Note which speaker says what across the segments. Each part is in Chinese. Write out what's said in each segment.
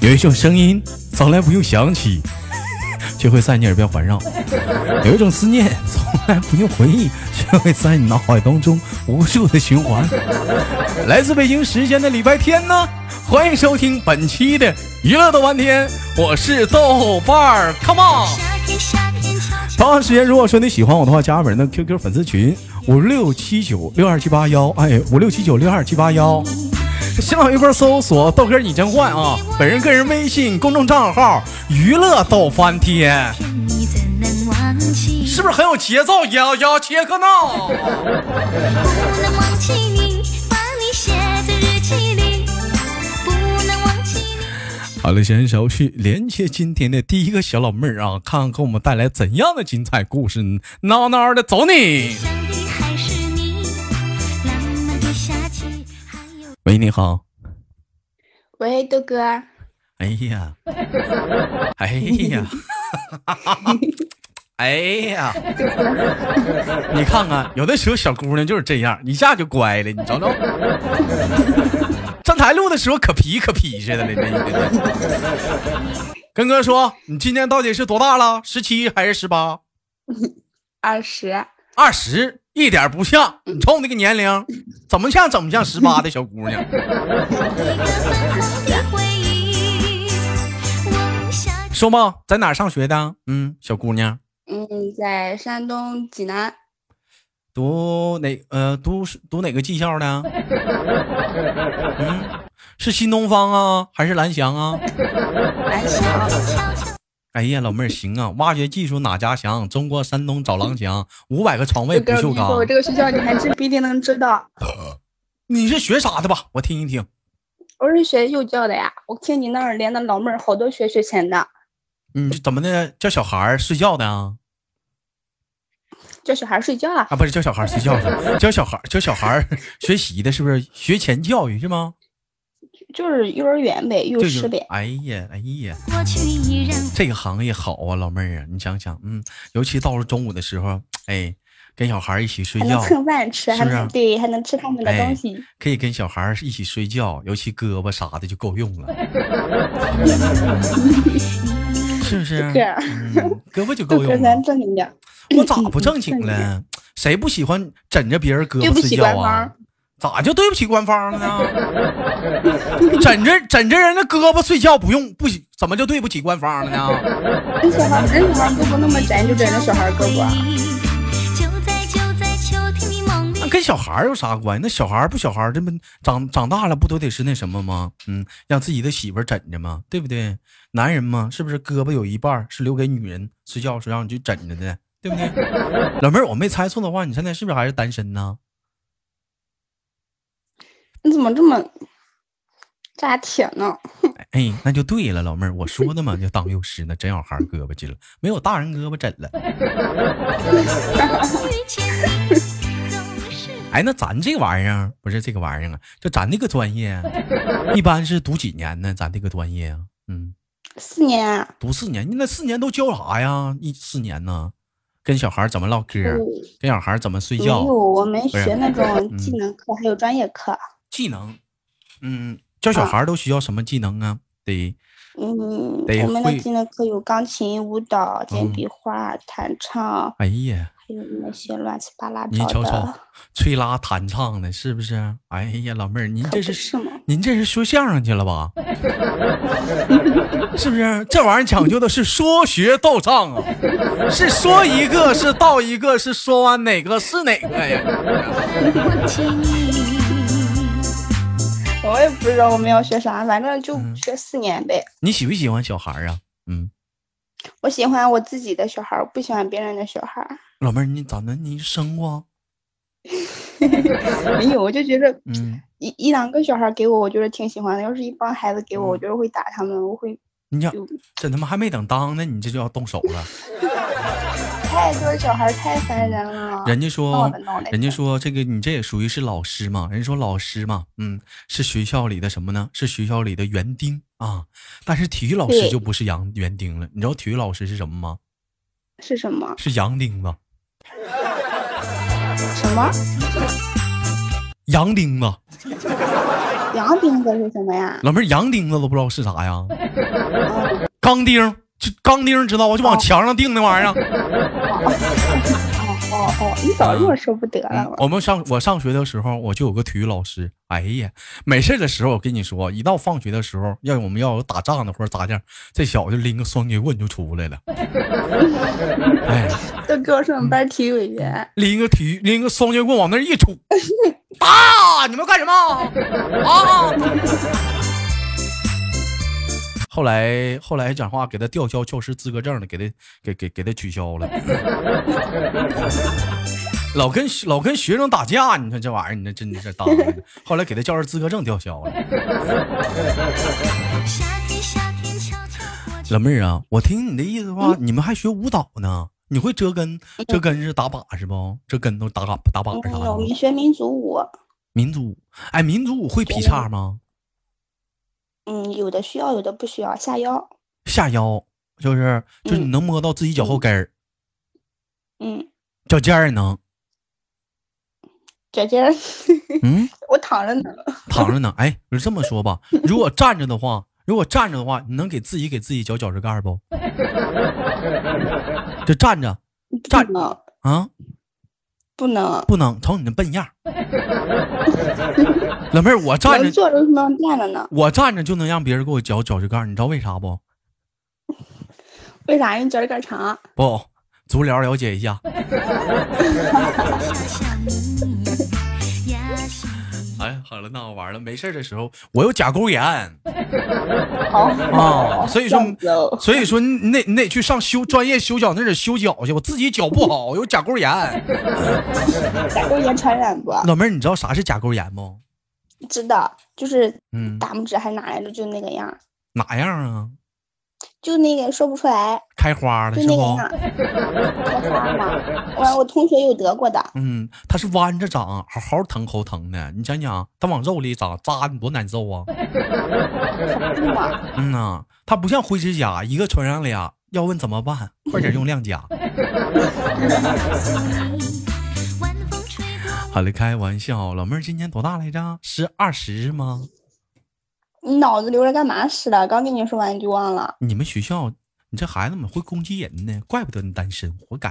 Speaker 1: 有一种声音从来不用想起，却会在你耳边环绕；有一种思念 从来不用回忆，却会在你脑海当中无数的循环。来自北京时间的礼拜天呢，欢迎收听本期的娱乐豆瓣天，我是豆瓣儿，Come on！同样时间，如果说你喜欢我的话，加本人的 QQ 粉丝群五六七九六二七八幺，哎，五六七九六二七八幺。新浪微博搜索“豆哥你真坏”啊，本人个人微信公众账号“娱乐逗翻天
Speaker 2: 天你怎能忘”，记？
Speaker 1: 是不是很有节奏？要要切克闹！
Speaker 2: 不能忘记你，把你写在日记里，不能忘记你。
Speaker 1: 好了，闲言少叙，连接今天的第一个小老妹儿啊，看看给我们带来怎样的精彩故事呢？孬孬的走你。
Speaker 2: 想的还是你，浪漫的夏季，还有
Speaker 1: 喂，你好。
Speaker 3: 喂，豆哥，
Speaker 1: 哎呀，哎呀，哎呀，你看看，有的时候小姑娘就是这样，一下就乖了，你瞅瞅。站台路的时候可皮可皮似的了，这一天跟哥说，你今年到底是多大了？十七还是十八？
Speaker 3: 二十，
Speaker 1: 二十，一点不像。你瞅你那个年龄，怎么像怎么像十八的小姑娘？
Speaker 2: 一个泛黄的回忆。往下
Speaker 1: 说吧，在哪儿上学的？嗯，小姑娘。
Speaker 3: 嗯，在山东济南，
Speaker 1: 读哪呃读是读哪个技校的？嗯，是新东方啊，还是蓝翔啊？
Speaker 3: 蓝翔，
Speaker 2: 悄悄
Speaker 1: 哎呀，老妹儿行啊，挖掘技术哪家强？中国山东找狼翔，五百个床位不
Speaker 3: 豆哥，
Speaker 1: 锈
Speaker 3: 以后
Speaker 1: 钢。
Speaker 3: 这个学校你还真不一定能知道。
Speaker 1: 你是学啥的吧？我听一听。
Speaker 3: 我是学幼教的呀，我听你那儿连的老妹儿好多学学前的，
Speaker 1: 你这怎么的？叫小孩儿睡觉的啊？
Speaker 3: 叫小孩睡觉啊。
Speaker 1: 啊，不是叫小孩儿睡觉的， 教小孩儿教小孩儿学习的，是不是学前教育是吗？
Speaker 3: 就是幼儿园呗，幼
Speaker 1: 就
Speaker 3: 师
Speaker 1: 是
Speaker 3: 呗。
Speaker 1: 哎呀，哎呀。
Speaker 2: 过去依然
Speaker 1: 这个行业好啊，老妹儿啊，你想想，嗯，尤其到了中午的时候，哎，跟小孩儿一起睡
Speaker 3: 还能
Speaker 1: 觉，
Speaker 3: 蹭饭吃，
Speaker 1: 是
Speaker 3: 还
Speaker 1: 不是
Speaker 3: 能对，还能吃他们的
Speaker 1: 哎
Speaker 3: 东西。
Speaker 1: 可以跟小孩儿一起睡觉，尤其胳膊啥的就够用 了，是不是？
Speaker 3: 是啊
Speaker 1: 嗯，胳膊就
Speaker 3: 豆
Speaker 1: 够
Speaker 3: 哥，
Speaker 1: 用
Speaker 3: 咱
Speaker 1: 了。
Speaker 3: 正经点。
Speaker 1: 我咋不正经了？ 谁不喜欢枕着别人胳
Speaker 3: 对
Speaker 1: 膊
Speaker 3: 不
Speaker 1: 睡
Speaker 3: 起
Speaker 1: 觉
Speaker 3: 官
Speaker 1: 啊
Speaker 3: 方？，
Speaker 1: 咋就对不起官方了 呢？枕着枕着人的胳膊睡觉不用不行，怎么就对不起官方了呢？
Speaker 3: 人嗯小孩，人小孩胳膊那么窄，就枕着小孩胳膊啊。
Speaker 2: 就在就在秋天的梦里
Speaker 1: 那。跟小孩儿有啥关系？那小孩儿不小孩儿，这不长长大了不都得是那什么吗？嗯，让自己的媳妇儿枕着吗？对不对？男人嘛，是不是胳膊有一半儿是留给女人睡觉时候让你去枕着的，对不对？ 老妹儿，我没猜错的话，你现在是不是还是单身呢？
Speaker 3: 你怎么这么扎铁呢？
Speaker 1: 哎，那就对了，老妹儿，我说的嘛，就当幼师呢，枕小孩儿胳膊去了，没有大人胳膊枕了。
Speaker 2: 遇见你总是
Speaker 1: 哎，那咱这玩意儿不是这个玩意儿啊，就咱这个专业，啊一般是读几年呢？咱这个专业啊，嗯。
Speaker 3: 四年啊。
Speaker 1: 读四年，你那四年都教啥呀？一四年呢，跟小孩儿怎么唠嗑儿，
Speaker 3: 嗯
Speaker 1: 跟小孩儿怎么睡
Speaker 3: 没
Speaker 1: 觉
Speaker 3: 有，，我们
Speaker 1: 不是
Speaker 3: 学那种技
Speaker 1: 嗯
Speaker 3: 能课，还有专业课。
Speaker 1: 技能，嗯，教小
Speaker 3: 啊
Speaker 1: 孩儿都需要什么技能啊？得
Speaker 3: 嗯，
Speaker 1: 得
Speaker 3: 我们
Speaker 1: 会
Speaker 3: 的技能课有钢琴、舞蹈、
Speaker 1: 嗯
Speaker 3: 简笔画、弹唱，
Speaker 1: 哎呀，
Speaker 3: 还有那些乱七八糟
Speaker 1: 您
Speaker 3: 糟
Speaker 1: 瞅瞅
Speaker 3: 的，，
Speaker 1: 吹拉弹唱的，是不是？哎呀，老妹儿，您
Speaker 3: 可
Speaker 1: 这
Speaker 3: 不
Speaker 1: 是
Speaker 3: 是吗？
Speaker 1: 您这是说相声去了吧？ 是不是？这玩意儿讲究的是说学逗唱啊，是说一个是道一个，是说完哪个是哪个呀？
Speaker 2: 忘记你。
Speaker 3: 我也不知道我们要学啥，反正就
Speaker 1: 嗯
Speaker 3: 学四年呗。
Speaker 1: 你喜不喜欢小孩儿啊？嗯。
Speaker 3: 我喜欢我自己的小孩儿，我不喜欢别人的小孩儿。
Speaker 1: 老妹儿，你咋的？你生过？
Speaker 3: 没有，我就觉着
Speaker 1: 嗯，
Speaker 3: 一一两个小孩儿给我，我觉得挺喜欢的。要是一帮孩子给我，
Speaker 1: 嗯
Speaker 3: 我觉得会打他们，我会
Speaker 1: 你讲
Speaker 3: 就
Speaker 1: 这他妈还没等当呢，你这就要动手了。
Speaker 3: 太多小孩儿太烦人了。
Speaker 1: 人家
Speaker 3: 啊闹
Speaker 1: 说
Speaker 3: 的闹的，
Speaker 1: 人家说这个你这也属于是老师嘛？人家说老师嘛，嗯，是学校里的什么呢？是学校里的园丁啊。但是体育老师
Speaker 3: 对
Speaker 1: 就不是杨园丁了，你知道体育老师是什么吗？
Speaker 3: 是什么
Speaker 1: 是洋钉子，
Speaker 3: 什么？
Speaker 1: 洋钉子。
Speaker 3: 洋钉子是什么呀？
Speaker 1: 老妹儿洋钉子都不知道是啥 呀？钢钉儿，就钢钉儿知道啊，就往墙上钉那玩意儿。
Speaker 3: 哦哦哦，你早这么说不得了吗？
Speaker 1: 嗯我们上我上学的时候，我就有个体育老师。哎呀，没事儿的时候，我跟你说，一到放学的时候，要我们要有打仗的或者咋样，这小子拎个双截棍就出来了。 哎，
Speaker 3: 都给我说我们班体育委员，
Speaker 1: 拎个体育拎个双截棍往那儿一杵，打！你们干什么？啊！后来后来讲话给他吊销教师资格证了，给他给给给他取消了。老跟老跟学生打架，你说这玩意儿，你这真的是当的。后来给他教师资格证吊销了。
Speaker 2: 夏天夏天悄悄过去
Speaker 1: 老妹儿啊，我听你的意思的话，你们还学舞蹈呢？你会折根？折根是打靶是不？折根都打靶打靶
Speaker 3: 没
Speaker 1: 啥
Speaker 3: 有，
Speaker 1: 的
Speaker 3: 我
Speaker 1: 吗
Speaker 3: 们？学民族舞，
Speaker 1: 民族舞，哎，民族舞会劈叉吗？
Speaker 3: 嗯，有的需要，有的不需要，下腰，
Speaker 1: 下腰就是就是你能摸到自己脚后跟儿，
Speaker 3: 嗯，
Speaker 1: 脚尖儿能，
Speaker 3: 脚尖儿，
Speaker 1: 嗯，
Speaker 3: 我躺着呢，
Speaker 1: 躺着呢。哎，我这么说吧，如果站着的话，如果站着的话，你能给自己给自己脚脚趾盖儿不？就站着
Speaker 3: 不
Speaker 1: 站
Speaker 3: 能
Speaker 1: 啊，
Speaker 3: 不能，
Speaker 1: 不能，瞅你那笨样儿。老妹儿，我站
Speaker 3: 能
Speaker 1: 着，
Speaker 3: 坐着为什么要站着呢？
Speaker 1: 我站着就能让别人给我脚脚趾盖儿，你知道为啥不？
Speaker 3: 为啥？因为脚趾盖长，
Speaker 1: 不，足疗了解一下。
Speaker 2: 小小绵羊呀，小
Speaker 1: 哎，好了，那我玩了，没事儿的时候我有甲沟炎。
Speaker 3: 好，
Speaker 1: 啊，所以说
Speaker 3: 这样子哦，
Speaker 1: 所以说你你得你得去上修专业修脚那得修脚去，我自己脚不好，有甲沟炎。
Speaker 3: 甲沟炎传染不？
Speaker 1: 老妹儿，你知道啥是甲沟炎不？
Speaker 3: 知道，就是
Speaker 1: 嗯，
Speaker 3: 大拇指还哪来着？就那个样儿，
Speaker 1: 哪样啊？
Speaker 3: 就那个说不出来，
Speaker 1: 开花了
Speaker 3: 就是那个
Speaker 1: 不
Speaker 3: 样？儿，开花嘛。我我同学有得过的，
Speaker 1: 嗯，它是弯着长，好好疼头疼的。你想想，它往肉里长，扎你多难受 啊！
Speaker 3: 是吗？
Speaker 1: 嗯呐、它不像灰指甲，啊一个传染俩。要问怎么办，快点用亮啊甲。
Speaker 2: 晚风吹过
Speaker 1: 好了，开玩笑，老妹儿今年多大来着？是二十吗？
Speaker 3: 你脑子留着干嘛使的？刚跟你说完就忘了，
Speaker 1: 你们学校，你这孩子怎么会攻击人呢？怪不得你单身，活该。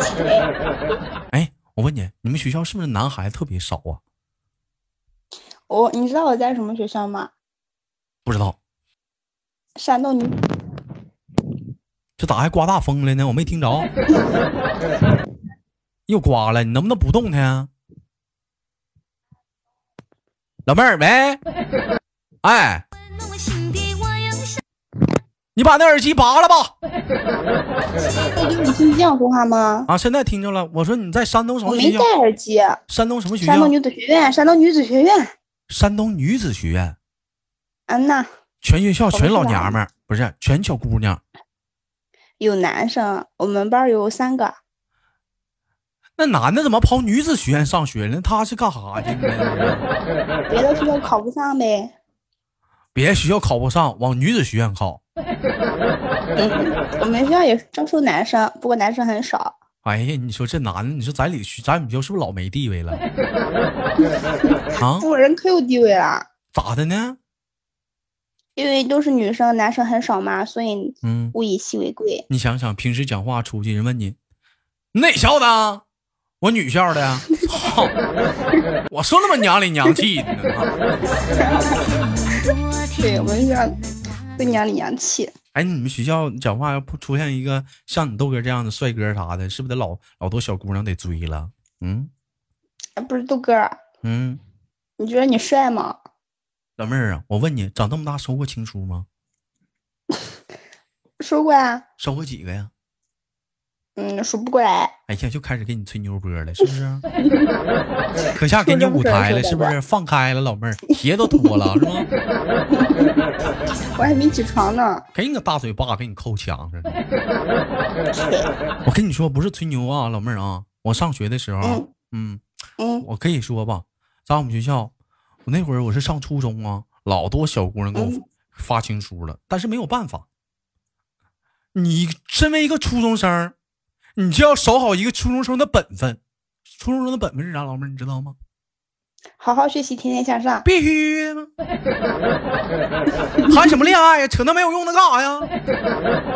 Speaker 1: 哎，我问你，你们学校是不是男孩子特别少啊？
Speaker 3: 我、你知道我在什么学校吗？
Speaker 1: 不知道，
Speaker 3: 山东女
Speaker 1: 这咋还刮大风了呢？我没听着， 又刮了，你能不能不动弹啊？老妹儿，喂，哎，
Speaker 2: 温暖我心底，我用想
Speaker 1: 你把那耳机拔了吧！
Speaker 3: 你听不见我说话吗？
Speaker 1: 啊，现在听着了。我说你在山东什
Speaker 3: 我
Speaker 1: 么
Speaker 3: 没
Speaker 1: 学校
Speaker 3: 戴？耳机。
Speaker 1: 山东什么学校
Speaker 3: 山？东女子学院，山东女子学院。
Speaker 1: 山东女子学院，
Speaker 3: 嗯呐，
Speaker 1: 全学校
Speaker 3: 们
Speaker 1: 全
Speaker 3: 是
Speaker 1: 老
Speaker 3: 男
Speaker 1: 娘们儿，不是全小姑娘。
Speaker 3: 有男生，我们班有三个。
Speaker 1: 那男的怎么跑女子学院上学呢？他是干啥去呢？
Speaker 3: 别的学校考不上呗。
Speaker 1: 别的学校考不上，往女子学院考。
Speaker 3: 嗯，我们学校也招收男生，不过男生很少。
Speaker 1: 哎呀，你说这男的，你说咱里学咱母校是不是老没地位了？ 啊，
Speaker 3: 不，人可有地位了，
Speaker 1: 咋的呢？
Speaker 3: 因为都是女生，男生很少嘛，所以
Speaker 1: 嗯，
Speaker 3: 物以稀为贵。
Speaker 1: 你想想，平时讲话出去，人问你，你哪校的啊？我女校的呀。 操！我说那么娘里娘气的呢。啊
Speaker 2: 昨
Speaker 3: 对
Speaker 2: 天
Speaker 3: 我们学校不娘里娘气，
Speaker 1: 哎，你们学校讲话要不出现一个像你豆哥这样的帅哥啥的，是不是得老老多小姑娘得追了？嗯
Speaker 3: 哎不是豆哥儿，
Speaker 1: 嗯。
Speaker 3: 你觉得你帅吗？
Speaker 1: 老妹儿啊，我问你，长这么大收过情书吗？
Speaker 3: 说过啊，
Speaker 1: 收过几个呀？
Speaker 3: 嗯，数不过来。
Speaker 1: 哎呀，就开始给你吹牛波了，是不是？ 可下给你舞台了，是不是？放开了，老妹儿，鞋都脱了，是吗？
Speaker 3: 我还没起床呢。
Speaker 1: 给你个大嘴巴，给你扣墙上。
Speaker 3: 切
Speaker 1: 我跟你说，不是吹牛啊，老妹儿啊，我上学的时候，
Speaker 3: 嗯
Speaker 1: 嗯，
Speaker 3: 嗯，
Speaker 1: 我可以说吧，在我们学校，我那会儿我是上初中啊，老多小姑娘给我
Speaker 3: 嗯
Speaker 1: 发情书了，但是没有办法，你身为一个初中生儿，你就要守好一个初中生的本分。初中生的本分是啥，老妹儿你知道吗？
Speaker 3: 好好学习，天天向上。
Speaker 1: 必须的吗？ 谈什么恋爱呀？扯那没有用的干啥呀？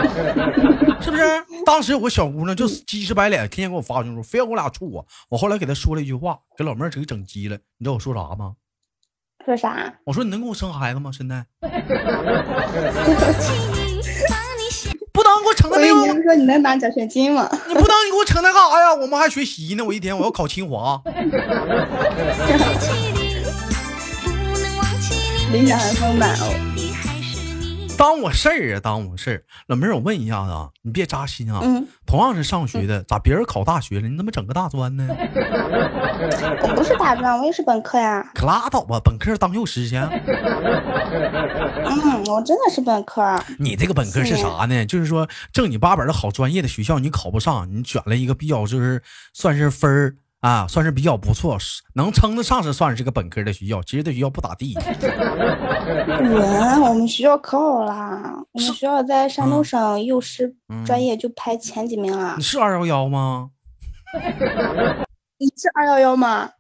Speaker 1: 是不是？当时有个小姑娘，就是鸡翅白脸，天天给我发群说，非要我俩处我。我后来给她说了一句话，给老妹儿给整急了。你知道我说啥吗？
Speaker 3: 说啥？
Speaker 1: 我说你能给我生孩子吗？现在
Speaker 2: 把你写
Speaker 1: 不当给我整那
Speaker 3: 我
Speaker 1: 没
Speaker 3: 以
Speaker 1: 有
Speaker 3: 为
Speaker 1: 用
Speaker 3: 你说你能拿奖学金吗？
Speaker 1: 你不当你给我扯那干啥呀？我们还学习呢，我一天我要考清华。
Speaker 2: 起你，不能忘记你，
Speaker 3: 理想很丰满哦。
Speaker 2: 你还是你。
Speaker 1: 当我事儿啊，当我事儿。老妹儿，我问一下子啊，你别扎心啊。
Speaker 3: 嗯，
Speaker 1: 同样是上学的，咋别人考大学了，你怎么整个大专呢？
Speaker 3: 我不是大专，我也是本科呀。
Speaker 1: 可拉倒吧，本科当幼师去。
Speaker 3: 嗯，我真的是本科。
Speaker 1: 你这个本科是啥呢？就是说正经八百的好专业的学校你考不上，你选了一个比较就是算是分儿啊，算是比较不错，是能称得上是算是个本科的学校。其实这学校不咋地，
Speaker 3: 人，我们学校可好啦，我们学校在山
Speaker 1: 嗯
Speaker 3: 东省幼师专业就排前几名啊
Speaker 1: 你。是二幺幺吗？
Speaker 3: 你是二幺幺吗？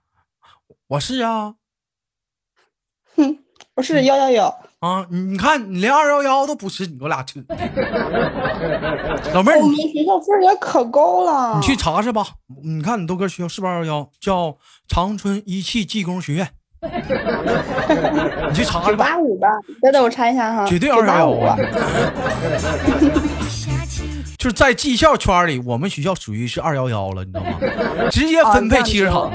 Speaker 1: 我是啊
Speaker 3: 哼，我是幺幺幺。
Speaker 1: 啊！你你看你连二幺幺都不是，你给我俩扯。 老妹儿，
Speaker 3: 我们
Speaker 1: 你
Speaker 3: 学校分儿也可高了。
Speaker 1: 你去查查吧，你看你豆哥学校是不是二幺幺？叫长春一汽技工学院，你去查查
Speaker 3: 九
Speaker 1: 吧，
Speaker 3: 八五吧，等等我查一下哈。
Speaker 1: 绝对
Speaker 3: 九
Speaker 1: 二
Speaker 3: 八
Speaker 1: 幺
Speaker 3: 五
Speaker 1: 幺。啊！就是在技校圈里，我们学校属于是二幺幺了，你知道吗？直接分配七十堂。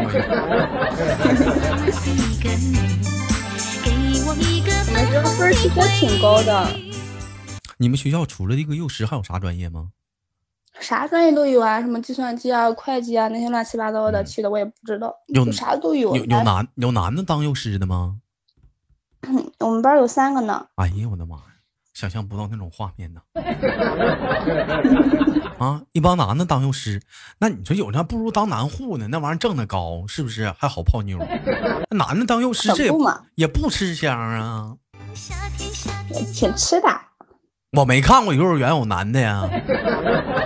Speaker 3: 我们学校分儿其实挺高的，
Speaker 1: 你们学校除了这个幼师，还有啥专业吗？
Speaker 3: 啥专业都有啊，什么计算机啊、会计啊那些乱七八糟的，去的我也不知道，
Speaker 1: 嗯有
Speaker 3: 就啥都有。
Speaker 1: 有有男有男的当幼师的吗？
Speaker 3: 哎嗯我们班有三个呢，
Speaker 1: 哎呀，我的妈呀，想象不到那种画面呐！ 啊，一帮男的当幼师，那你说有那不如当男护呢？那玩意儿挣得高，是不是还好泡妞？那男的当幼师
Speaker 3: 可
Speaker 1: 这也
Speaker 3: 不嘛，
Speaker 1: 也不吃香啊！
Speaker 3: 挺吃的。
Speaker 1: 我没看过幼儿园有男的呀，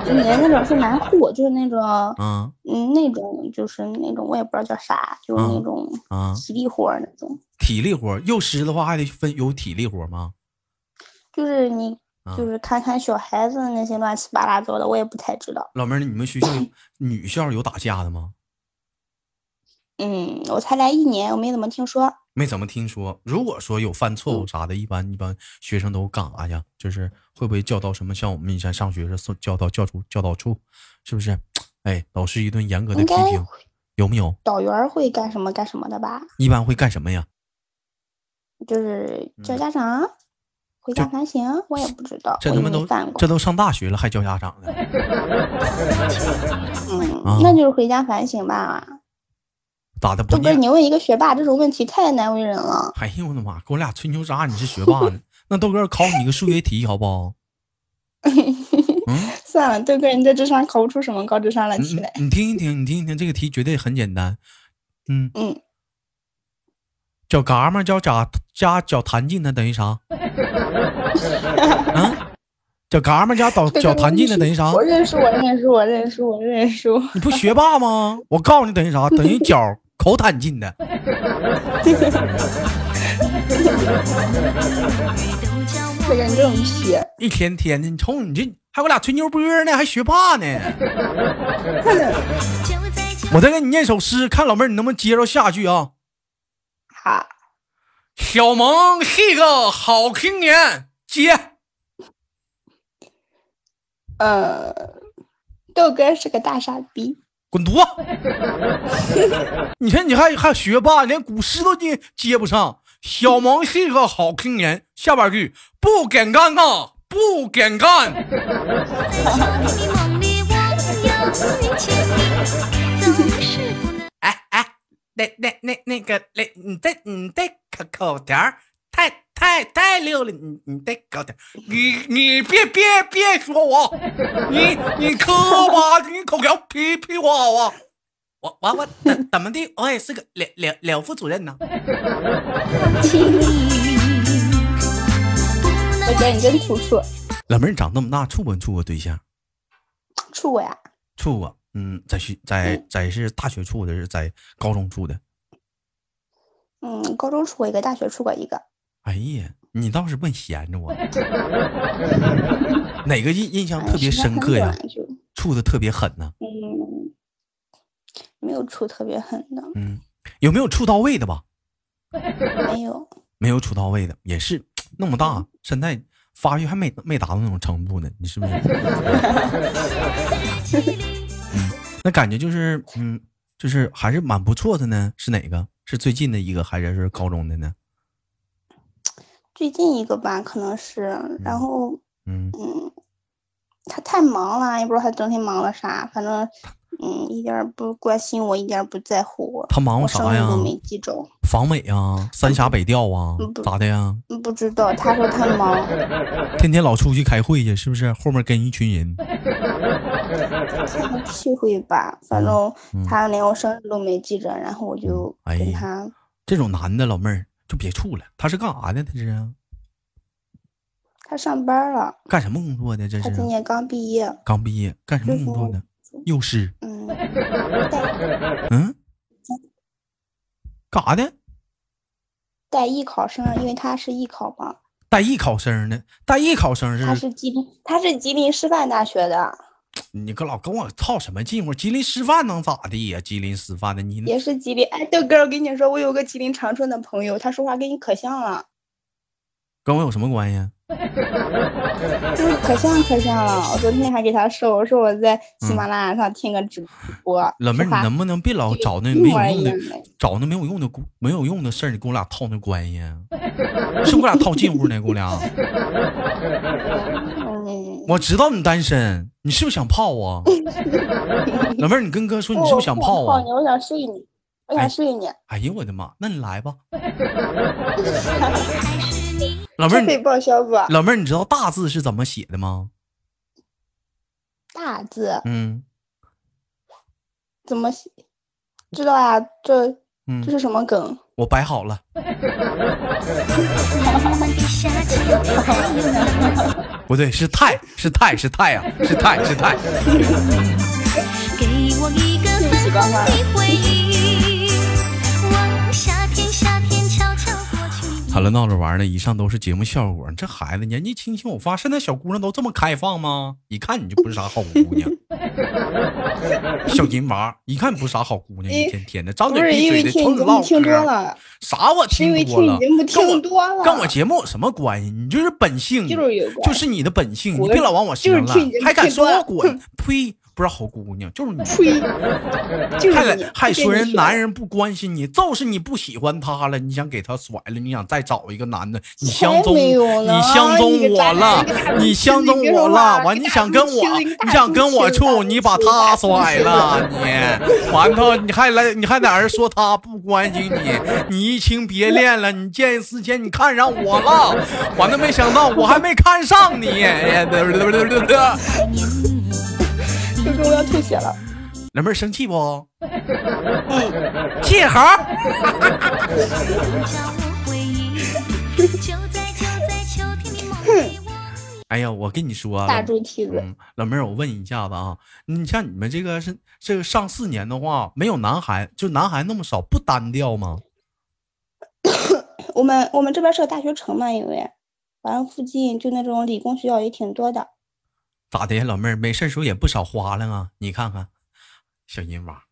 Speaker 3: 你那种是男护，就是那种，
Speaker 1: 啊
Speaker 3: 嗯，那种就是那种我也不知道叫啥，就是那种
Speaker 1: 啊，
Speaker 3: 体力活儿那种，
Speaker 1: 体力活儿，幼师的话还得分有体力活儿吗？
Speaker 3: 就是你
Speaker 1: 啊，
Speaker 3: 就是看看小孩子那些乱七八拉糟的，我也不太知道。
Speaker 1: 老妹儿，你们学校有女校有打架的吗？
Speaker 3: 嗯，我才来一年，我没怎么听说。
Speaker 1: 没怎么听说。如果说有犯错
Speaker 3: 嗯
Speaker 1: 误啥的，一般一般学生都干啥呀？就是会不会叫到什么？像我们以前上学是送叫到教处教导处，是不是？哎，老师一顿严格的
Speaker 3: 应
Speaker 1: 批
Speaker 3: 该
Speaker 1: 评，有没有？
Speaker 3: 导员儿会干什么干什么的吧？
Speaker 1: 一般会干什么呀？
Speaker 3: 就是叫
Speaker 1: 嗯
Speaker 3: 家长、回
Speaker 1: 这
Speaker 3: 家反省，我也不知道，
Speaker 1: 这
Speaker 3: 我
Speaker 1: 他
Speaker 3: 也
Speaker 1: 妈
Speaker 3: 没
Speaker 1: 都
Speaker 3: 干过
Speaker 1: 这。都上大学了还教家长呢？
Speaker 3: 嗯，
Speaker 1: 啊
Speaker 3: 那就是回家反省吧。
Speaker 1: 咋的不
Speaker 3: 豆哥，
Speaker 1: 念？
Speaker 3: 你问一个学霸这种问题太难为人了。
Speaker 1: 哎呦我的妈！给我俩吹牛渣，你是学霸呢？那豆哥考你个数学题好不 好？嗯。
Speaker 3: 算了，豆哥，你这智商考不出什么高智商来
Speaker 1: 你
Speaker 3: 起
Speaker 1: 你
Speaker 3: 来。
Speaker 1: 你听一听，你听一听，这个题绝对很简单。嗯，
Speaker 3: 嗯，
Speaker 1: 脚嘎嘛，脚夹加脚弹进的等于啥？啊，脚嘎嘛加倒
Speaker 3: 豆哥
Speaker 1: 脚弹进的等于啥？
Speaker 3: 我认输，我认输，我认输，我认输。
Speaker 1: 你不学霸吗？我告诉你等于啥？等于脚口弹进的。
Speaker 3: 豆哥，你这种皮，
Speaker 1: 一天天的，你瞅你这还给我俩吹牛波呢，还学霸呢。我再给你念首诗，看老妹儿你能不能接着下句啊？
Speaker 3: 好，
Speaker 1: 小萌是个好青年，接。
Speaker 3: 呃，豆哥是个大傻逼。
Speaker 1: 滚犊子！ 你看你还还学霸，连古诗都接接不上。小萌是个好青年。下半句不敢干啊，不敢干。哎哎，那那那那个那，你这你这口口条儿太太太溜了，你你这口条儿，你你别别别说我，你你磕巴，你口条皮皮哇哇。我我我怎怎么的，我也是个了了了副主任呢。
Speaker 3: 豆哥，你真土处，
Speaker 1: 老妹儿长那么大，处没处
Speaker 4: 啊
Speaker 1: 过对象？
Speaker 3: 处我呀？
Speaker 1: 处
Speaker 3: 嗯
Speaker 1: 过，嗯，在学在在是大学处的，是在高中处的，
Speaker 3: 嗯，高中处过一个，大学处过一个。
Speaker 4: 哎呀，你倒是问闲着 我，哪个印印象特别深刻呀
Speaker 3: 时间很？短就
Speaker 4: 处的特别狠呢、
Speaker 3: 嗯，没有处特别狠的，
Speaker 4: 嗯，有没有处到位的吧？
Speaker 3: 没有。
Speaker 4: 没有处到位的，也是那
Speaker 3: 嗯
Speaker 4: 么大，现在发育还没没达到那种程度呢，你是不是？那感觉就是，嗯，就是还是蛮不错的呢。是哪个？是最近的一个，还是是高中的呢？
Speaker 3: 最近一个吧，可能是，然后
Speaker 4: 嗯，
Speaker 3: 嗯，他太忙了，也不知道他整天忙了啥，反正嗯，一点儿不关心我，一点儿不在乎我，
Speaker 4: 他忙
Speaker 3: 我生
Speaker 4: 啥
Speaker 3: 日
Speaker 4: 呀？
Speaker 3: 都没记着，
Speaker 4: 访美啊，三峡北调啊
Speaker 3: 嗯，不
Speaker 4: 咋的呀？
Speaker 3: 嗯不知道。他说他忙，
Speaker 4: 天天老出去开会去，是不是？后面跟一群人，
Speaker 3: 开 个屁会吧，反正
Speaker 4: 嗯
Speaker 3: 他连我生日都没记着，然后我就
Speaker 4: 哎
Speaker 3: 跟
Speaker 4: 呀
Speaker 3: 他
Speaker 4: 这种男的老妹儿就别处了。他是干啥的？他这是
Speaker 3: 他上班了，
Speaker 4: 干什么工作的？这
Speaker 3: 他
Speaker 4: 是
Speaker 3: 今年刚毕业，
Speaker 4: 刚毕业，干什么
Speaker 3: 就是
Speaker 4: 工作的？幼师。
Speaker 3: 嗯，带
Speaker 4: 嗯，干啥的？
Speaker 3: 带艺考生，因为他是艺考嘛，
Speaker 4: 带艺考生呢？带艺考生
Speaker 3: 他
Speaker 4: 是？
Speaker 3: 是吉林，他是吉林师范大学
Speaker 4: 嗯
Speaker 3: 的，
Speaker 4: 你个老跟我操什么近乎？吉林师范能咋地呀？吉林师范的你
Speaker 3: 也是吉林。哎，豆哥，我跟你说，我有个吉林长春的朋友，他说话跟你可像了，
Speaker 4: 跟我有什么关系？啊
Speaker 3: 就是 可像可像了。我昨天还给他说，我说我在喜马拉雅上听个直播，
Speaker 4: 老嗯妹
Speaker 3: 说
Speaker 4: 儿，你
Speaker 3: 话
Speaker 4: 能不能别老找那
Speaker 3: 一
Speaker 4: 没
Speaker 3: 模
Speaker 4: 有
Speaker 3: 一
Speaker 4: 用
Speaker 3: 样
Speaker 4: 的
Speaker 3: 的？
Speaker 4: 找那没有用的姑没有用的事儿，你跟我俩套那关系啊，是不是我俩套近乎呢？姑娘，
Speaker 3: 嗯，
Speaker 4: 我 知道你单身，你是不是想泡啊？老妹儿，你跟哥说你是不是想泡
Speaker 3: 我
Speaker 4: 啊
Speaker 3: 泡？你，我想睡你，我
Speaker 4: 哎
Speaker 3: 想睡你。
Speaker 4: 哎呦我的妈，那你来吧。老妹儿
Speaker 3: 这可以
Speaker 4: 你，
Speaker 3: 报销不？
Speaker 4: 老妹儿，你知道大字是怎么写的吗？
Speaker 3: 大字
Speaker 4: 嗯
Speaker 3: 怎么写？知道呀、这这
Speaker 4: 嗯，
Speaker 3: 是什么梗？
Speaker 4: 我摆好了，不对，是太是太是太啊，是太是太。
Speaker 2: 给我一个难忘的回忆，望夏天，夏天悄悄过去。
Speaker 4: 谈论闹着玩儿呢，以上都是节目效果。这孩子年纪轻轻有发，现在小姑娘都这么开放吗？一看你就不是啥好姑娘，小金娃，一看不是啥好姑娘，一天天的张
Speaker 3: 不
Speaker 4: 嘴
Speaker 3: 是
Speaker 4: 闭
Speaker 3: 因为
Speaker 4: 嘴的
Speaker 3: 听
Speaker 4: 瞅
Speaker 3: 你
Speaker 4: 你
Speaker 3: 节目
Speaker 4: 唠
Speaker 3: 听多
Speaker 4: 嗑，
Speaker 3: 了，
Speaker 4: 啥我
Speaker 3: 是因
Speaker 4: 啊听
Speaker 3: 为
Speaker 4: 多
Speaker 3: 听
Speaker 4: 了
Speaker 3: 你节，目
Speaker 4: 跟我
Speaker 3: 听多了，
Speaker 4: 跟我节目有什么关系？你就是本性，
Speaker 3: 就是有关
Speaker 4: 就是你的本性，你
Speaker 3: 我
Speaker 4: 别老往我身上
Speaker 3: 就是听你
Speaker 4: 赖
Speaker 3: 节，目
Speaker 4: 还敢说
Speaker 3: 听
Speaker 4: 我
Speaker 3: 多
Speaker 4: 滚？呸！不是好姑娘，就是你。
Speaker 3: 呸，就是
Speaker 4: 还
Speaker 3: 你
Speaker 4: 敢还说人男
Speaker 3: 人
Speaker 4: 人不关心你，就是你不喜欢他了，你想给他甩了，你想再找一个男的，你相中
Speaker 3: 没有呢
Speaker 4: 你相中
Speaker 3: 你
Speaker 4: 我了
Speaker 3: 个渣男，
Speaker 4: 你相中
Speaker 3: 你个
Speaker 4: 我
Speaker 3: 大
Speaker 4: 了，完你想跟我，
Speaker 3: 你个大
Speaker 4: 你想跟我处，你把他甩 了，你完头你还来你还在那儿说他不关心你，你移情别恋了，你见异思迁，你看上我了，完了没想到我还没看上你， 哎对不对对不对对不对
Speaker 3: 就跟我要吐血了。
Speaker 4: 老妹儿生气不？
Speaker 3: 嗯，
Speaker 4: 气猴儿。
Speaker 3: 嗯
Speaker 4: 哎呀，我跟你说啊，
Speaker 3: 大猪蹄子，
Speaker 4: 嗯，老妹儿，我问一下子啊，你像你们这个是这个上四年的话，没有男孩，就男孩那么少，不单调吗？
Speaker 3: 我们我们这边是个大学城嘛，因为反正附近就那种理工学校也挺多的。
Speaker 4: 咋的呀，老妹儿，没事儿时候也不少花了啊？你看看，小银娃，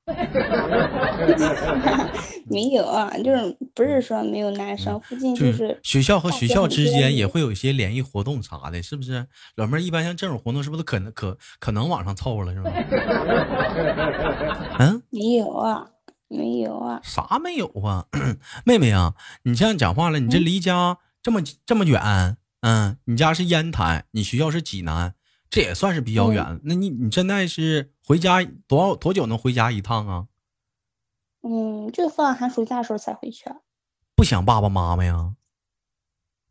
Speaker 3: 没有啊，就是不是说没有男生，附近
Speaker 4: 嗯就
Speaker 3: 就是
Speaker 4: 学校和
Speaker 3: 大
Speaker 4: 学
Speaker 3: 学
Speaker 4: 校
Speaker 3: 很
Speaker 4: 之
Speaker 3: 多
Speaker 4: 间
Speaker 3: 女
Speaker 4: 也会有一些联谊活动啥的，是不是？老妹儿，一般像这种活动，是不是都可能可可能往上凑了，是吧？ 嗯。
Speaker 3: 没有啊，没有啊，
Speaker 4: 啥没有啊？ 妹妹啊，你这样讲话了，你这
Speaker 3: 嗯
Speaker 4: 离家这么、这么远，嗯，你家是烟台，你学校是济南，这也算是比较远。
Speaker 3: 嗯
Speaker 4: 那你你现在是回家多少多久能回家一趟啊？
Speaker 3: 嗯，就放寒暑假的时候才回去。啊
Speaker 4: 不想爸爸妈妈呀？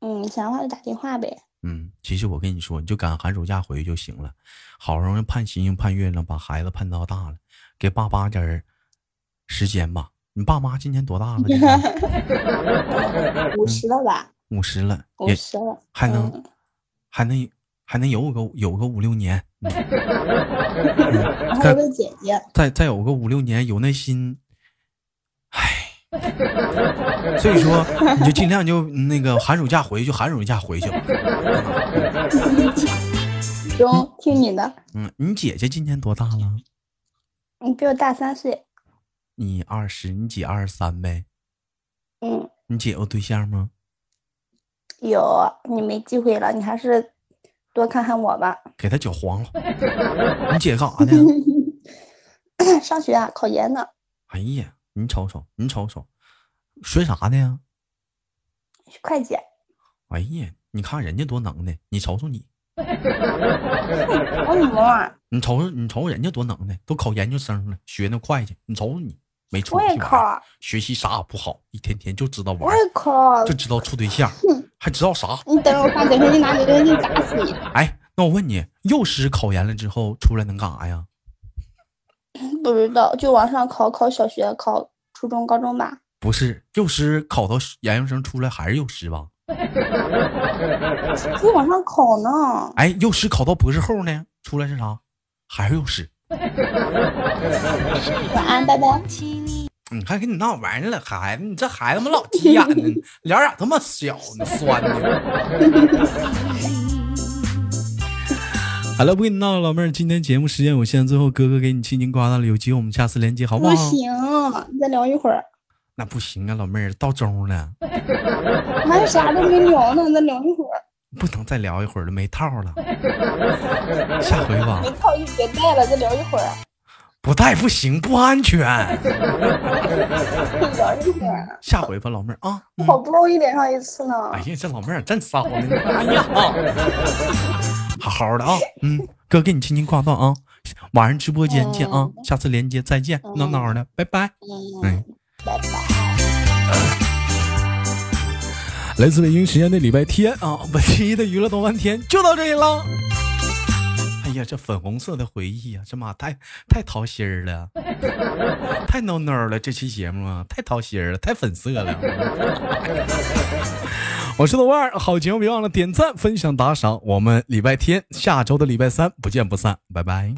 Speaker 3: 嗯，想的话就打电话呗。
Speaker 4: 嗯，其实我跟你说，你就赶寒暑假回去就行了。好容易盼星星盼月亮，把孩子盼到大了，给爸妈点儿时间吧。你爸妈今年多大了？今 年
Speaker 3: 五十了吧，
Speaker 4: 五十了，
Speaker 3: 五
Speaker 4: 嗯也
Speaker 3: 十了，
Speaker 4: 还能
Speaker 3: 嗯
Speaker 4: 还能还能有个有个五六年，嗯
Speaker 3: 然后
Speaker 4: 看
Speaker 3: 我的姐姐，
Speaker 4: 再再有个五六年，有那心，唉，所以说，你就尽量就那个寒暑假回去，就寒暑假回去吧。
Speaker 3: 中，听你的。
Speaker 4: 嗯，你姐姐今年多大了？
Speaker 3: 你比我大三岁。
Speaker 4: 你二十，你姐二十三呗。
Speaker 3: 嗯，
Speaker 4: 你姐有对象吗？
Speaker 3: 有，你没机会了，你还是多看看我吧。
Speaker 4: 给她搅黄了。你姐干啥呢？
Speaker 3: 上学啊，考研呢。
Speaker 4: 哎呀，你瞅瞅，你瞅瞅，学啥的呀？
Speaker 3: 会计。
Speaker 4: 哎呀，你看人家多能耐，你瞅瞅你，
Speaker 3: 我怎么了？
Speaker 4: 你瞅瞅，你瞅瞅人家多能耐，都考研究生了，学那会计，你瞅瞅你，没出
Speaker 3: 我也
Speaker 4: 息玩意儿
Speaker 3: 考，
Speaker 4: 学习啥也不好，一天天就知道玩
Speaker 3: 我
Speaker 4: 儿，
Speaker 3: 也考
Speaker 4: 就。知道处对象，还知道啥？
Speaker 3: 啊你等着我发短信，你拿短信砸死你！
Speaker 4: 哎，那我问你，幼师考研了之后出来能干啥呀？
Speaker 3: 不知道，就往上考，考小学，考初中、高中吧。
Speaker 4: 不是，幼师考到研究生出来还是幼师吧？
Speaker 3: 就往上考呢。
Speaker 4: 哎，幼师考到博士后呢，出来是啥？还是幼师？
Speaker 3: 晚安，拜拜。
Speaker 4: 你还跟你闹玩意儿了，孩子，你这孩子们老急眼呢， 脸儿咋他妈小呢，酸呢？好了，不跟你闹了，老妹儿，今天节目时间有限，最后哥哥给你轻轻挂断了，有机会我们下次连接好不
Speaker 3: 不
Speaker 4: 好？
Speaker 3: 行，再聊一会儿。
Speaker 4: 那不行啊，老妹儿，到中了，
Speaker 3: 还啥都没聊呢，再聊一会儿。
Speaker 4: 不能再聊一会儿了，没套了，下回吧
Speaker 3: 没，套就别带了，再聊一会儿。
Speaker 4: 不带不行，不安全，
Speaker 3: 聊一会儿，
Speaker 4: 下回吧，老妹儿啊。嗯
Speaker 3: 好不容易连上一次呢
Speaker 4: 哎。呀，这老妹儿真骚呢！哎呀，好好的啊，嗯，哥给你轻轻挂断啊，晚上直播间见
Speaker 3: 哦
Speaker 4: 啊，下次连接再见，闹闹的，拜拜。嗯
Speaker 3: 嗯，拜拜。
Speaker 4: 来自北京时间的礼拜天啊，本期的娱乐多半天就到这里了。哎呀，这粉红色的回忆啊，这妈太太掏心儿了，太 no no 了，这期节目啊，太掏心儿了，太粉色了。我是豆瓣儿，好节目别忘了点赞、分享、打赏。我们礼拜天，下周的礼拜三不见不散，拜拜。
Speaker 5: 你